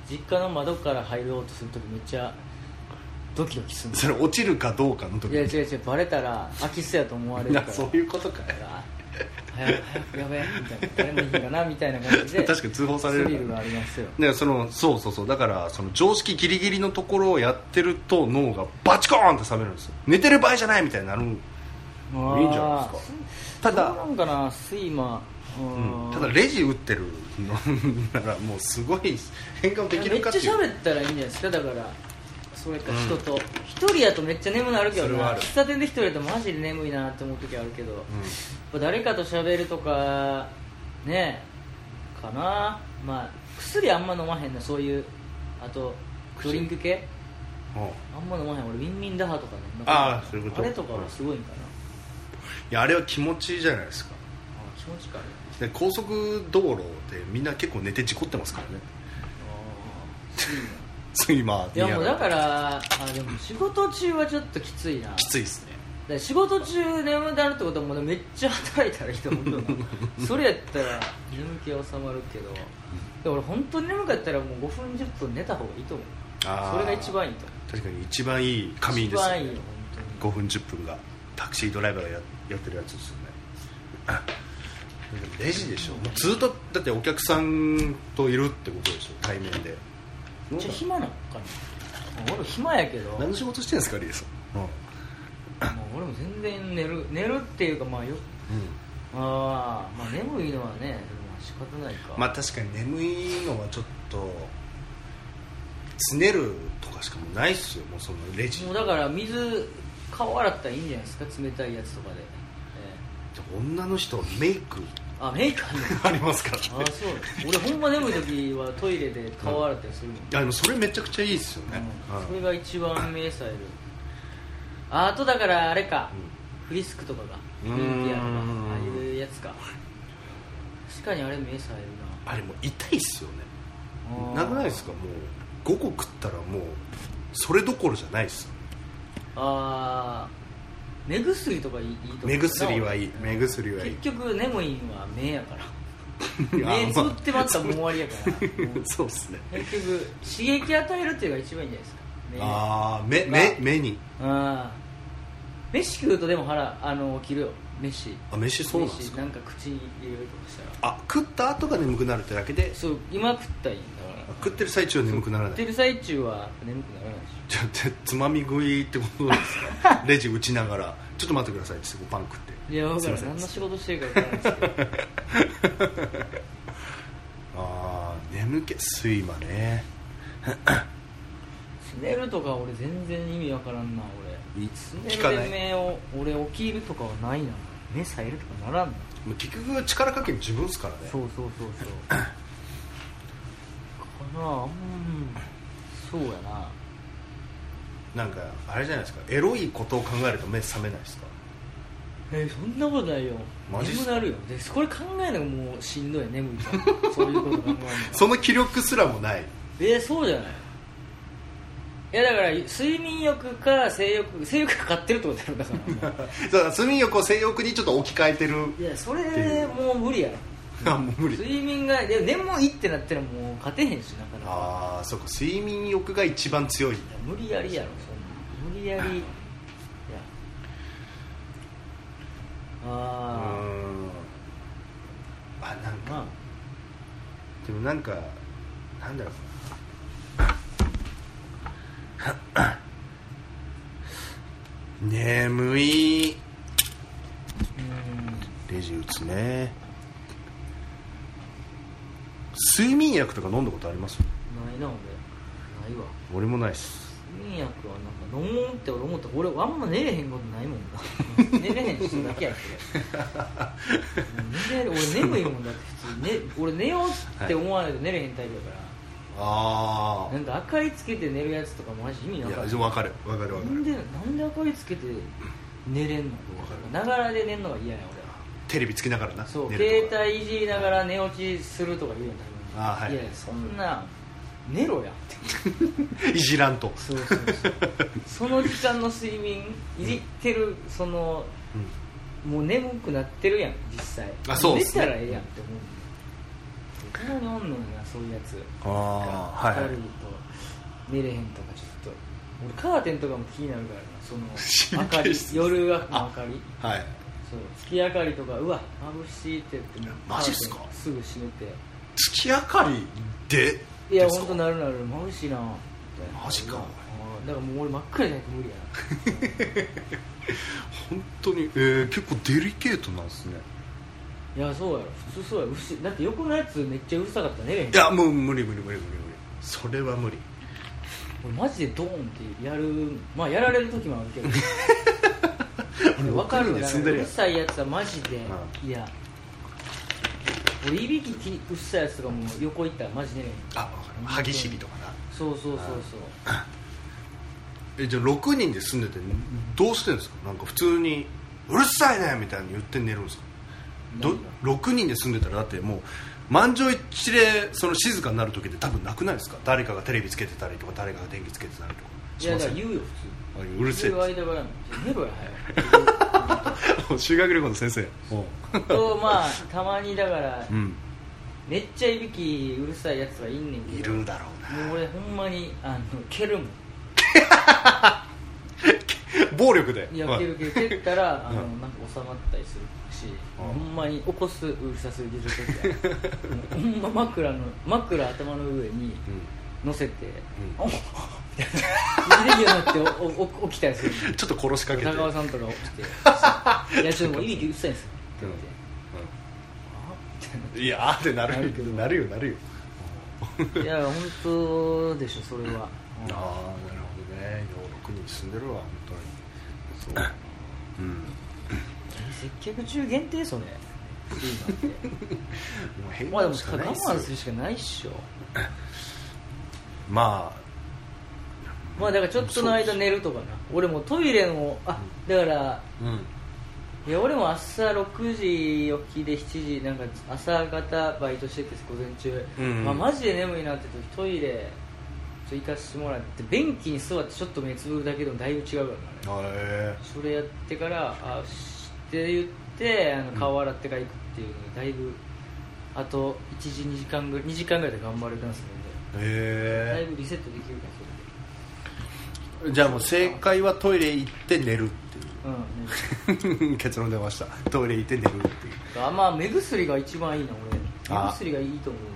Speaker 2: 実家の窓から入ろうとするときめっちゃドキドキする
Speaker 1: それ落ちるかどうかの時
Speaker 2: いや違う違うバレたら空き巣やと思われるから
Speaker 1: な そういうことかよ
Speaker 2: あ早く早くやべえみたいな誰もいいかなみたいな感じ で
Speaker 1: 確かに通報される
Speaker 2: ス
Speaker 1: から
Speaker 2: リルがありますよ
Speaker 1: ね、そのそうそうそうだからその常識ギリギリのところをやってると脳がバチコーンって冷めるんですよ寝てる場合じゃないみたいになるいいんじゃないですかただ
Speaker 2: そうなんかな睡魔う
Speaker 1: うん
Speaker 2: ん
Speaker 1: ただレジ打ってるのならもうすごい変換できるかって
Speaker 2: めっち
Speaker 1: い
Speaker 2: ゃ
Speaker 1: う
Speaker 2: 喋ったらいいんじゃないですかだからそれか人と一、人やとめっちゃ眠なるけど
Speaker 1: それ
Speaker 2: な
Speaker 1: はある
Speaker 2: 喫茶店で一人やとマジで眠いなって思う時あるけど、やっぱ誰かと喋るとかねえかなまあ薬あんま飲まへんなそういうあとドリンク系
Speaker 1: うんうんい
Speaker 2: あんま飲まへん俺ウィンウィンダハとか飲んだ
Speaker 1: ああそういうこと
Speaker 2: あれとかはすごいんかな、
Speaker 1: やあれは気持ちいいじゃないですか
Speaker 2: ああ気持ちいいからね
Speaker 1: で高速道路でみんな結構寝て事故ってますからね
Speaker 2: ああいいな
Speaker 1: そう今
Speaker 2: いやも
Speaker 1: 見
Speaker 2: う
Speaker 1: 上
Speaker 2: だ
Speaker 1: が
Speaker 2: かららあでも仕事中はちょっときついな
Speaker 1: きついですね
Speaker 2: で仕事中眠くなるってことはもうめっちゃ働いたらいいと思う けどなそれやったら眠気は収まるけどで俺本当に眠かったらもう5分10分寝た方がいいと思う
Speaker 1: あー
Speaker 2: それが一番いいと思う
Speaker 1: 確かに一番いい仮眠です
Speaker 2: 一
Speaker 1: よ
Speaker 2: 番いい
Speaker 1: ね
Speaker 2: よ本
Speaker 1: 5分10分がタクシードライバーがややってるやつですよねあレジでしょもうずっとだってお客さんといるってことでしょ対面で
Speaker 2: 当にめっちゃ暇なのかな俺暇やけども
Speaker 1: 何
Speaker 2: う
Speaker 1: の仕事してんですかリエさん、うん
Speaker 2: 俺も全然寝る寝るっていうかまあよあーまあ眠いのはねでも仕方ないか、
Speaker 1: まあ確かに眠いのはちょっとつねるとかしかもうないっすよもうそのレジ
Speaker 2: もうだから水顔洗ったらいいんじゃないですか冷たいやつとかで、
Speaker 1: 女の人はメイク
Speaker 2: えーあメイクあんの
Speaker 1: ありますから
Speaker 2: ああ
Speaker 1: ね
Speaker 2: そう俺ほんま眠い時はトイレで顔洗ったりするもん、
Speaker 1: いやでもそれめちゃくちゃいいっすよね、
Speaker 2: うん
Speaker 1: うん
Speaker 2: それが一番目さえるああとだからあれか、フリスクとかが
Speaker 1: うーん
Speaker 2: フリーピアとかああいうやつか確かにあれ目さえる
Speaker 1: あれもう痛いっすよね
Speaker 2: な
Speaker 1: なくないです
Speaker 2: か
Speaker 1: かもう5個食ったらもうそれどころじゃないです
Speaker 2: ああ目薬とかいいいいと思う
Speaker 1: 目薬はいい
Speaker 2: うん
Speaker 1: 目薬はいい
Speaker 2: 結局眠いんは目やから
Speaker 1: あー
Speaker 2: 目つ
Speaker 1: まあ
Speaker 2: ぶってまったらもう終わりやからもう
Speaker 1: そうですね
Speaker 2: 結局刺激与えるっていうのが一番いいんじゃないですか目
Speaker 1: ああ目目目に
Speaker 2: あー飯食うとでも腹あの起きるよ飯
Speaker 1: あ飯そうなんです
Speaker 2: 飯
Speaker 1: か
Speaker 2: なんか口に入れるとかしたら
Speaker 1: あ食った後が眠くなるってだけで
Speaker 2: そう今食ったらいいんだから
Speaker 1: 食ってる最中は眠くなら
Speaker 2: 食っ
Speaker 1: な
Speaker 2: て
Speaker 1: い
Speaker 2: る最中は眠くならないで
Speaker 1: じ
Speaker 2: し
Speaker 1: ゃあてつまみ食いってことです かレジ打ちながらちょっと待ってくださいってパン食っ
Speaker 2: ょ
Speaker 1: て
Speaker 2: いやだ
Speaker 1: すい
Speaker 2: から
Speaker 1: ません
Speaker 2: 何の仕事してるか分からないですけど
Speaker 1: ああ眠気睡魔ね
Speaker 2: スネルとか俺全然意味わからんな俺
Speaker 1: い
Speaker 2: ス
Speaker 1: 聞
Speaker 2: ネ
Speaker 1: か
Speaker 2: ル
Speaker 1: ない
Speaker 2: で目を俺起きるとかはないな目さえるとかならんの
Speaker 1: もう結局力加減自分ですからね
Speaker 2: そうそうそうそう かなあうんそうやな
Speaker 1: なんかあれじゃないですかエロいことを考えると目覚めないですか
Speaker 2: えーそんなことないよ
Speaker 1: マジっす
Speaker 2: 眠
Speaker 1: か
Speaker 2: なるよでこれ考えるのがもうしんどい眠いからそういうこと考えるのが
Speaker 1: その気力すらもない
Speaker 2: えーそうじゃないいやだから睡眠欲か性欲性欲が勝ってるってことやろだからも
Speaker 1: だから睡眠欲を性欲にちょっと置き換えてる
Speaker 2: ういやそれもう無理やろ
Speaker 1: あもう無理
Speaker 2: 睡眠がで眠いってなったらもう勝てへんしなかなか
Speaker 1: ああそうか睡眠欲が一番強い
Speaker 2: いや無理やりやろそんな無理やりいや
Speaker 1: うー
Speaker 2: あ
Speaker 1: んあなんか
Speaker 2: あまあ
Speaker 1: でもなんかなんだろう 眠い
Speaker 2: うん
Speaker 1: レジ打つね睡眠薬とか飲んだことあります
Speaker 2: ないな俺ないわ
Speaker 1: 俺もないっす
Speaker 2: 睡眠薬はなんか飲もうって俺思った俺あんま寝れへんことない もんな寝れへん人だけやけど寝れ俺眠いもんだって普通、ね、俺寝ようって思わないと寝れへんタイプだから、
Speaker 1: あ
Speaker 2: なんか明かりつけて寝るやつとかマジ意味
Speaker 1: い
Speaker 2: なか
Speaker 1: や
Speaker 2: っ
Speaker 1: 分かる分かる分か
Speaker 2: な
Speaker 1: る
Speaker 2: んでなんで明かりつけて寝れんのながらで寝るのが嫌や俺は
Speaker 1: テレビつけながらな
Speaker 2: そう
Speaker 1: 寝る
Speaker 2: 携
Speaker 1: とか
Speaker 2: 帯いじりながら寝落ちするとか言うんだけど
Speaker 1: あはい
Speaker 2: ややそんな寝ろやって
Speaker 1: いじらんと、
Speaker 2: そうそうそうその時間の睡眠いじってるその
Speaker 1: うん
Speaker 2: もう眠くなってるやん実際
Speaker 1: あそうっ
Speaker 2: 寝
Speaker 1: すね
Speaker 2: たらええやんって思う大人におんのよなそういうやつ
Speaker 1: ああは
Speaker 2: 明
Speaker 1: い、
Speaker 2: るいと寝れへんとかちょっと俺カーテンとかも気になるからな その明か
Speaker 1: 神経
Speaker 2: り
Speaker 1: 質
Speaker 2: 夜は明かり
Speaker 1: はい、
Speaker 2: そう月明かりとかうわ眩しいって言って
Speaker 1: マジっすか
Speaker 2: カーテンすぐ閉めて
Speaker 1: 月明かりで
Speaker 2: いや
Speaker 1: ですか
Speaker 2: 本当なるなる眩しいなみたいな
Speaker 1: マジか
Speaker 2: あーだからもう俺真っ暗じゃないと無理や
Speaker 1: 本当に、えー、結構デリケートなんですね
Speaker 2: ないやそうやろ普通そうやろうしだって横のやつめっちゃうるさかったら寝れへん
Speaker 1: いやもう無理無理無理無理無理それは無理
Speaker 2: 俺マジでドーンってやるまあやられる時もある けど俺分かる
Speaker 1: ね
Speaker 2: よ
Speaker 1: 住んでる
Speaker 2: う
Speaker 1: や
Speaker 2: る
Speaker 1: ん
Speaker 2: さいやつはマジで、いや俺いびききうっさいやつとかもう横行ったらマジ寝れへん
Speaker 1: あわかる歯ぎしりとかな
Speaker 2: そうそうそうそう
Speaker 1: えじゃあ6人で住んでてどうしてるんですかなんか普通に「うるさいね」みたいに言って寝るんですかど
Speaker 2: なんか
Speaker 1: 6人で住んでたらだってもう満場一致でその静かになる時って多分なくないですか誰かがテレビつけてたりとか誰かが電気つけてたりとか
Speaker 2: い
Speaker 1: し
Speaker 2: や
Speaker 1: ま
Speaker 2: だ
Speaker 1: せ
Speaker 2: か
Speaker 1: ん
Speaker 2: ら言うよ
Speaker 1: あう
Speaker 2: 普
Speaker 1: る
Speaker 2: 通
Speaker 1: せえ
Speaker 2: 言う間柄なん寝ろや早く
Speaker 1: 修学旅行の 先生
Speaker 2: とまあたまにだから
Speaker 1: うん
Speaker 2: めっちゃいびきうるさいやつはいんねん
Speaker 1: い
Speaker 2: けど
Speaker 1: るだろう
Speaker 2: もう俺ほんまにあの蹴るもん
Speaker 1: な 暴力で
Speaker 2: いや
Speaker 1: はい
Speaker 2: 蹴る蹴る蹴ったらあの
Speaker 1: うん
Speaker 2: なんか収まったりするし
Speaker 1: うん
Speaker 2: ほんまに起こすうるさすぎる 時はもうほんま枕の枕頭の上に乗せて「
Speaker 1: うん
Speaker 2: おっ!」みたいな「いびきがなっておお起きたりする
Speaker 1: うん ちょっと殺しかけて
Speaker 2: 高川さんと か起きて「いやちょっともういびきうるさいんですよ」って言って
Speaker 1: うんいやあーってなる
Speaker 2: なるけど
Speaker 1: なるよなるよ
Speaker 2: 「いや本当でしょそれは」
Speaker 1: ああなるほどね6人住んでるわ本当にそううん
Speaker 2: 接客中限 定それ今って
Speaker 1: もう変
Speaker 2: まあで
Speaker 1: 化
Speaker 2: も
Speaker 1: しか
Speaker 2: 我
Speaker 1: ないっ
Speaker 2: 慢す
Speaker 1: す
Speaker 2: る
Speaker 1: よ
Speaker 2: しかないっしょ
Speaker 1: ま
Speaker 2: まあだからちょっとの間寝るとかな俺もトイレのあだから
Speaker 1: あうん
Speaker 2: いや俺も朝6時起きで7時なんか朝方バイトしてて午前中、
Speaker 1: うん
Speaker 2: まあ、マジで眠いなって時トイレちょっと行かしてもらって便器に座ってちょっと目つぶるだけでもだいぶ違うからね
Speaker 1: へ
Speaker 2: それやってからあしって言ってあの顔洗ってから行くっていうのがだいぶあと1時2時間ぐらい2時間ぐらいで頑張れたんですけどだい
Speaker 1: え
Speaker 2: ぶリセットできるから
Speaker 1: じゃあもう正解はトイレ行って寝るっ
Speaker 2: それでうん ね
Speaker 1: ていう結論出ましたトイレ行って寝るっていう
Speaker 2: あまあ目薬が一番いいな俺目
Speaker 1: あ
Speaker 2: 薬がいいと思うわ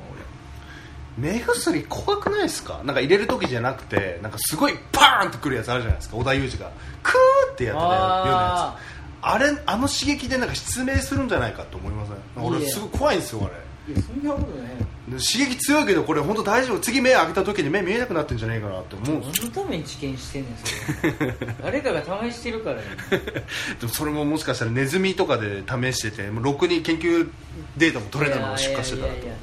Speaker 1: 目薬怖くないですかなんか入れる時じゃなくてなんかすごいパーンとくるやつあるじゃないですか織田裕二がクーってやってたような
Speaker 2: あ
Speaker 1: やつあれあの刺激でなんか失明するんじゃないかと思いません
Speaker 2: いい
Speaker 1: 俺
Speaker 2: え
Speaker 1: すごい怖いんですよあれ
Speaker 2: 俺いやそんなことないよ
Speaker 1: で刺激強いけどこれ本当大丈夫次目開けた時に目見えなくなってんじゃねえかなって思うんですよ
Speaker 2: 何のために治験してんねんそれ 誰かが試してるからね
Speaker 1: でもそれももしかしたらネズミとかで試しててもうろくに研究データも取れたのが出荷してたら
Speaker 2: いやいやいや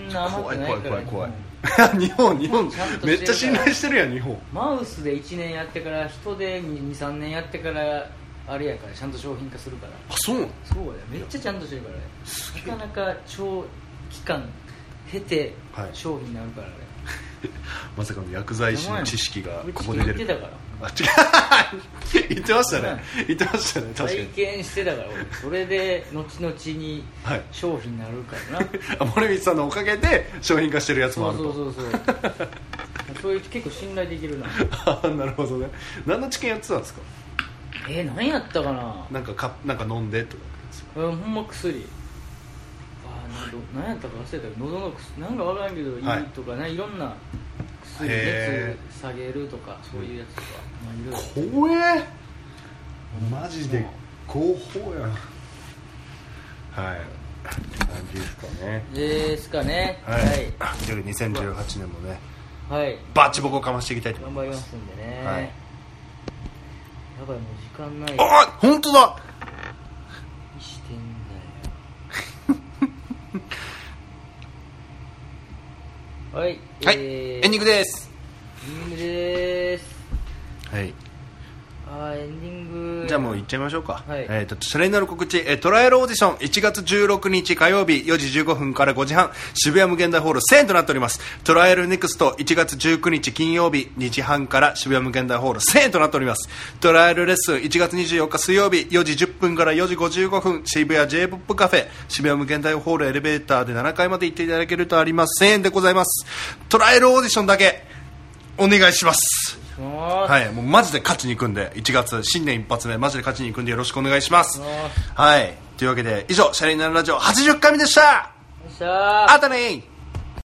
Speaker 2: そんな甘
Speaker 1: 怖
Speaker 2: く
Speaker 1: い
Speaker 2: ない
Speaker 1: 怖い
Speaker 2: から
Speaker 1: 怖い怖い
Speaker 2: もう
Speaker 1: 日本日本
Speaker 2: ちゃんと
Speaker 1: め
Speaker 2: してるから
Speaker 1: っちゃ信頼してるやん日本
Speaker 2: マウスで1年やってから人で23年やってからあれやからちゃんと商品化するから
Speaker 1: あそうなん
Speaker 2: そうやめっちゃちゃんとしてるからねなかなか長期間経て
Speaker 1: はい
Speaker 2: 商品になるからね、
Speaker 1: まさかの薬剤師の知識が
Speaker 2: うち
Speaker 1: ここで出
Speaker 2: 聞い
Speaker 1: る
Speaker 2: てたから
Speaker 1: あ違う 言ってましたね言ってましたね確か
Speaker 2: 体
Speaker 1: に
Speaker 2: 験してたから俺それで後々に
Speaker 1: はい
Speaker 2: 商品になるからな
Speaker 1: あ森光さんのおかげで商品化してるやつも
Speaker 2: そ
Speaker 1: あ
Speaker 2: う
Speaker 1: る
Speaker 2: そうそ
Speaker 1: と
Speaker 2: うそうそういう結構信頼できるな
Speaker 1: あ ーなるほどね何の治験やってたんですか
Speaker 2: えー、何やったかな
Speaker 1: なんかかなんか飲んでとかですか
Speaker 2: えーほんま薬あーなんど何やったか忘れたけど喉の薬なんかわからんけど、
Speaker 1: はい
Speaker 2: い、いとかないろんな薬
Speaker 1: へ
Speaker 2: 熱下げるとかそういうやつとか、まあ、いろいろ
Speaker 1: 怖えマジで合法やはい感じですかね
Speaker 2: ですかね
Speaker 1: はい、というわけで2018年もね
Speaker 2: はい、はい、
Speaker 1: バチボコかましていきたいと
Speaker 2: 頑
Speaker 1: 思
Speaker 2: 張
Speaker 1: い
Speaker 2: り
Speaker 1: ま
Speaker 2: ますすんでね、
Speaker 1: はい
Speaker 2: やばいもう時間ない
Speaker 1: あっ本当だ
Speaker 2: 何してんだよ はい、
Speaker 1: はい、
Speaker 2: え
Speaker 1: エンディン
Speaker 2: グ
Speaker 1: グです
Speaker 2: エンディングです
Speaker 1: はい
Speaker 2: あーエンディング
Speaker 1: じゃあもう行っちゃいましょうか、
Speaker 2: はい
Speaker 1: えーとそれになる告知、えートライアルオーディション1月16日火曜日4時15分から5時半渋谷無限大ホール1000円となっておりますトライアルネクスト1月19日金曜日2時半から渋谷無限大ホール1000円となっておりますトライアルレッスン1月24日水曜日4時10分から4時55分渋谷 j p o p カフェ渋谷無限大ホールエレベーターで7階まで行っていただけるとあります1000円でございますトライアルオーディションだけお願いします
Speaker 2: し ます
Speaker 1: はい、もうマジで勝ちに行くんで1月新年一発目マジで勝ちに行くんでよろしくお願いします
Speaker 2: お願いしま
Speaker 1: はいというわけで以上「シャレになるラジオ」80回目でした
Speaker 2: よっしゃー
Speaker 1: あったねー